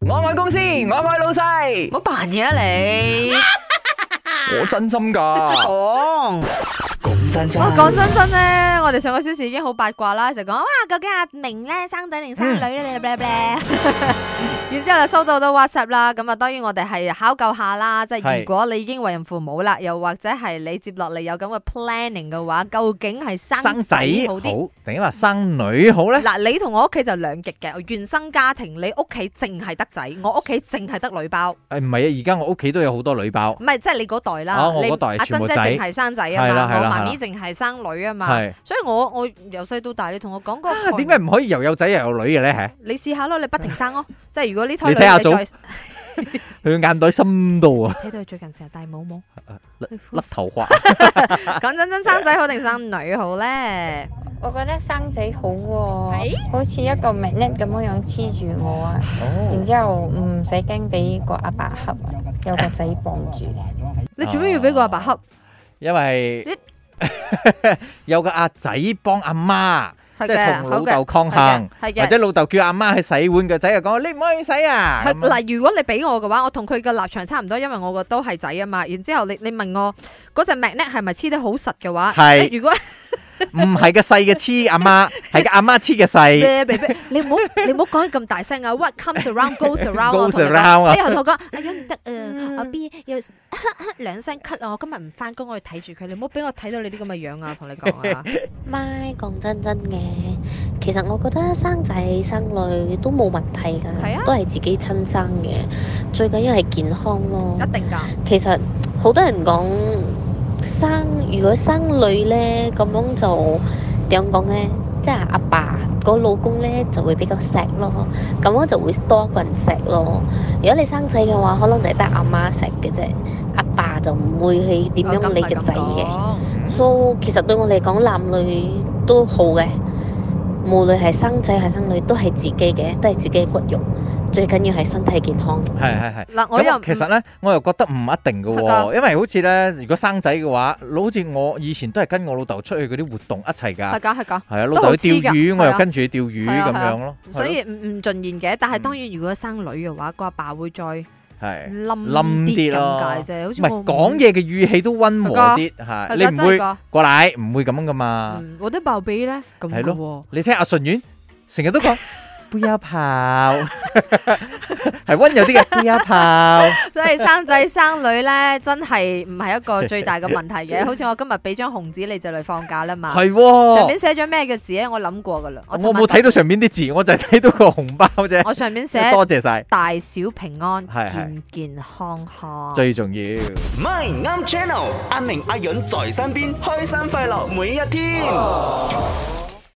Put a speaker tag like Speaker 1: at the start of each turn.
Speaker 1: 我愛公司，我愛老細，
Speaker 2: 冇扮嘢啊你！
Speaker 1: 我真心㗎。
Speaker 2: 講，
Speaker 3: 講真真
Speaker 2: 我講真真咧，我哋上個小時已經好八卦啦，就講哇，究竟阿明咧生仔定生女咧？blah blah 然之後就收到好多 WhatsApp 啦，咁啊，當然我哋係考究下啦，即係
Speaker 1: 係
Speaker 2: 如果你已經為人父母啦，又或者係你接落嚟有咁嘅 planning 嘅話，究竟係
Speaker 1: 生
Speaker 2: 生
Speaker 1: 仔
Speaker 2: 仔
Speaker 1: 好
Speaker 2: 好啲？
Speaker 1: 定話生女好咧？
Speaker 2: 嗱，你同我屋企就兩極嘅，原生家庭你屋企淨係得仔，我屋企淨係得女包，
Speaker 1: 誒唔係啊，而家我屋企都有好多女包
Speaker 2: 唔，係即係你嗰代啦
Speaker 1: 哦，我
Speaker 2: 你
Speaker 1: 嗰代
Speaker 2: 阿
Speaker 1: 全
Speaker 2: 珍
Speaker 1: 部
Speaker 2: 姐
Speaker 1: 仔
Speaker 2: 淨係生仔啊
Speaker 1: 係啦
Speaker 2: 嘛，
Speaker 1: 係
Speaker 2: 我
Speaker 1: 啦
Speaker 2: 媽
Speaker 1: 係啦
Speaker 2: 咪淨係生女啊嘛，
Speaker 1: 係
Speaker 2: 所以我我由細到大，你同我講個
Speaker 1: 啊，點解唔可以又有仔又有女嘅咧？係
Speaker 2: 你試下咯，你不停 生咯，即係如果呢胎
Speaker 1: 你
Speaker 2: 女
Speaker 1: 睇下
Speaker 2: 再
Speaker 1: 早佢眼袋深到啊，
Speaker 2: 睇到佢最近成日戴帽帽，
Speaker 1: 甩 頭髮。
Speaker 2: 講真真生仔好定生女好咧？
Speaker 4: 我覺得生仔好喎、
Speaker 2: 係
Speaker 4: 好似一個 magnet 咁樣樣黐住我啊，然之後唔使驚俾個阿伯恰，啊有個仔綁住。
Speaker 2: 你做咩要俾個阿伯
Speaker 1: 哦
Speaker 2: 恰？
Speaker 1: 因為 有個阿仔幫阿媽，
Speaker 2: 係
Speaker 1: 即係
Speaker 2: 嘅，
Speaker 1: 同
Speaker 2: 好
Speaker 1: 老
Speaker 2: 嘅
Speaker 1: 豆，抗衡，
Speaker 2: 係嘅
Speaker 1: 或。者老豆叫阿媽去洗碗，個仔就講你唔可以洗啊。
Speaker 2: 係
Speaker 1: 咁樣
Speaker 2: 嗱，如果你俾我嘅話，我同佢嘅立場差唔多，因為我個都係仔啊嘛。然之後你你問我嗰隻 magnet 係咪黐得好實嘅話，即
Speaker 1: 係
Speaker 2: 係如果
Speaker 1: 唔係個細嘅黐 阿媽，係個阿媽黐嘅細。
Speaker 2: 你唔好你唔好講咁大聲啊！What comes around goes around à, 啊
Speaker 1: Goes
Speaker 2: 我同你講
Speaker 1: around à. Ừ. 啊
Speaker 2: 你又同我講，哎呀唔得啊，阿 B 又兩聲咳啊，我今日唔翻工，我要睇住佢，你唔好俾我睇到你啲咁嘅樣啊！同你講 啊，
Speaker 5: 咪講真真嘅，其實我覺得生仔生女都冇問題
Speaker 2: 係啊
Speaker 5: 㗎，都係自己親生嘅，最緊要係健康咯。
Speaker 2: 一定㗎。
Speaker 5: 其實好多人講生，如果生女咧，咁樣就點講咧？即係阿爸個老公咧就會比較錫咯，咁樣就會多一個人錫咯。如果你生仔嘅話，可能就係得阿媽錫嘅啫，阿爸就唔會去
Speaker 2: Ờ,
Speaker 5: 點
Speaker 2: 哦
Speaker 5: 樣理個仔嘅。So 其實對我嚟講，男女都好嘅，無論係生仔係生女，都係自己嘅，都係自己嘅骨肉，最緊要係身體健康。
Speaker 1: 係係係。
Speaker 2: 嗱，我
Speaker 1: 咁
Speaker 2: 又
Speaker 1: 我其實咧，我又覺得唔一定嘅
Speaker 2: 係㗎
Speaker 1: 喎，因為好似咧，如果生仔嘅話，好似我以前都係跟我老豆出去嗰啲活動一
Speaker 2: 係
Speaker 1: 齊㗎，
Speaker 2: 㗎係㗎。
Speaker 1: 係啊，
Speaker 2: 都
Speaker 1: 老豆
Speaker 2: 好
Speaker 1: 去釣
Speaker 2: 黐㗎
Speaker 1: 魚，我
Speaker 2: 係
Speaker 1: 又
Speaker 2: 啊
Speaker 1: 跟住去釣魚
Speaker 2: 係啊
Speaker 1: 咁樣咯，
Speaker 2: 所以唔唔盡然嘅，但
Speaker 1: Ừ.
Speaker 2: 係當然如果生女嘅話，個阿爸會再冧
Speaker 1: 係咯冧
Speaker 2: 啲
Speaker 1: 啲咯
Speaker 2: 咁解啫，好
Speaker 1: 係唔
Speaker 2: 似
Speaker 1: 係
Speaker 2: 我
Speaker 1: 講嘢嘅語氣都温和
Speaker 2: 係
Speaker 1: 啲
Speaker 2: 㗎
Speaker 1: 嚇，你唔
Speaker 2: 真係
Speaker 1: 會
Speaker 2: 㗎
Speaker 1: 過奶，唔會咁樣噶嘛。
Speaker 2: 嗯，我啲爆比咧咁
Speaker 1: 係
Speaker 2: 嘅喎。
Speaker 1: 你聽阿順遠 成日都講不要跑， 係温 柔啲嘅不要跑。
Speaker 2: 所以生仔生女咧，真係唔係一個最大嘅問題 嘅。好似我今日俾張紅紙你就嚟放假啦嘛，
Speaker 1: 係
Speaker 2: 上面
Speaker 1: 喎，
Speaker 2: 寫咗咩嘅字咧？我諗過噶啦，
Speaker 1: 我
Speaker 2: 尋晚
Speaker 1: 冇睇到上面啲字，我就係睇到個紅包啫。
Speaker 2: 我上面寫
Speaker 1: 多謝晒，
Speaker 2: 大小平安，
Speaker 1: 係
Speaker 2: 健
Speaker 1: 係
Speaker 2: 健康康。
Speaker 1: 最重要。
Speaker 3: My 啱 channel，阿明阿允在身邊，開心快樂每一天。